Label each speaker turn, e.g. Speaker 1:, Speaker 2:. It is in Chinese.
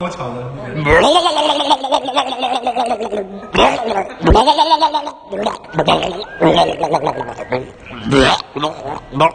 Speaker 1: 超强的那个，
Speaker 2: Blah.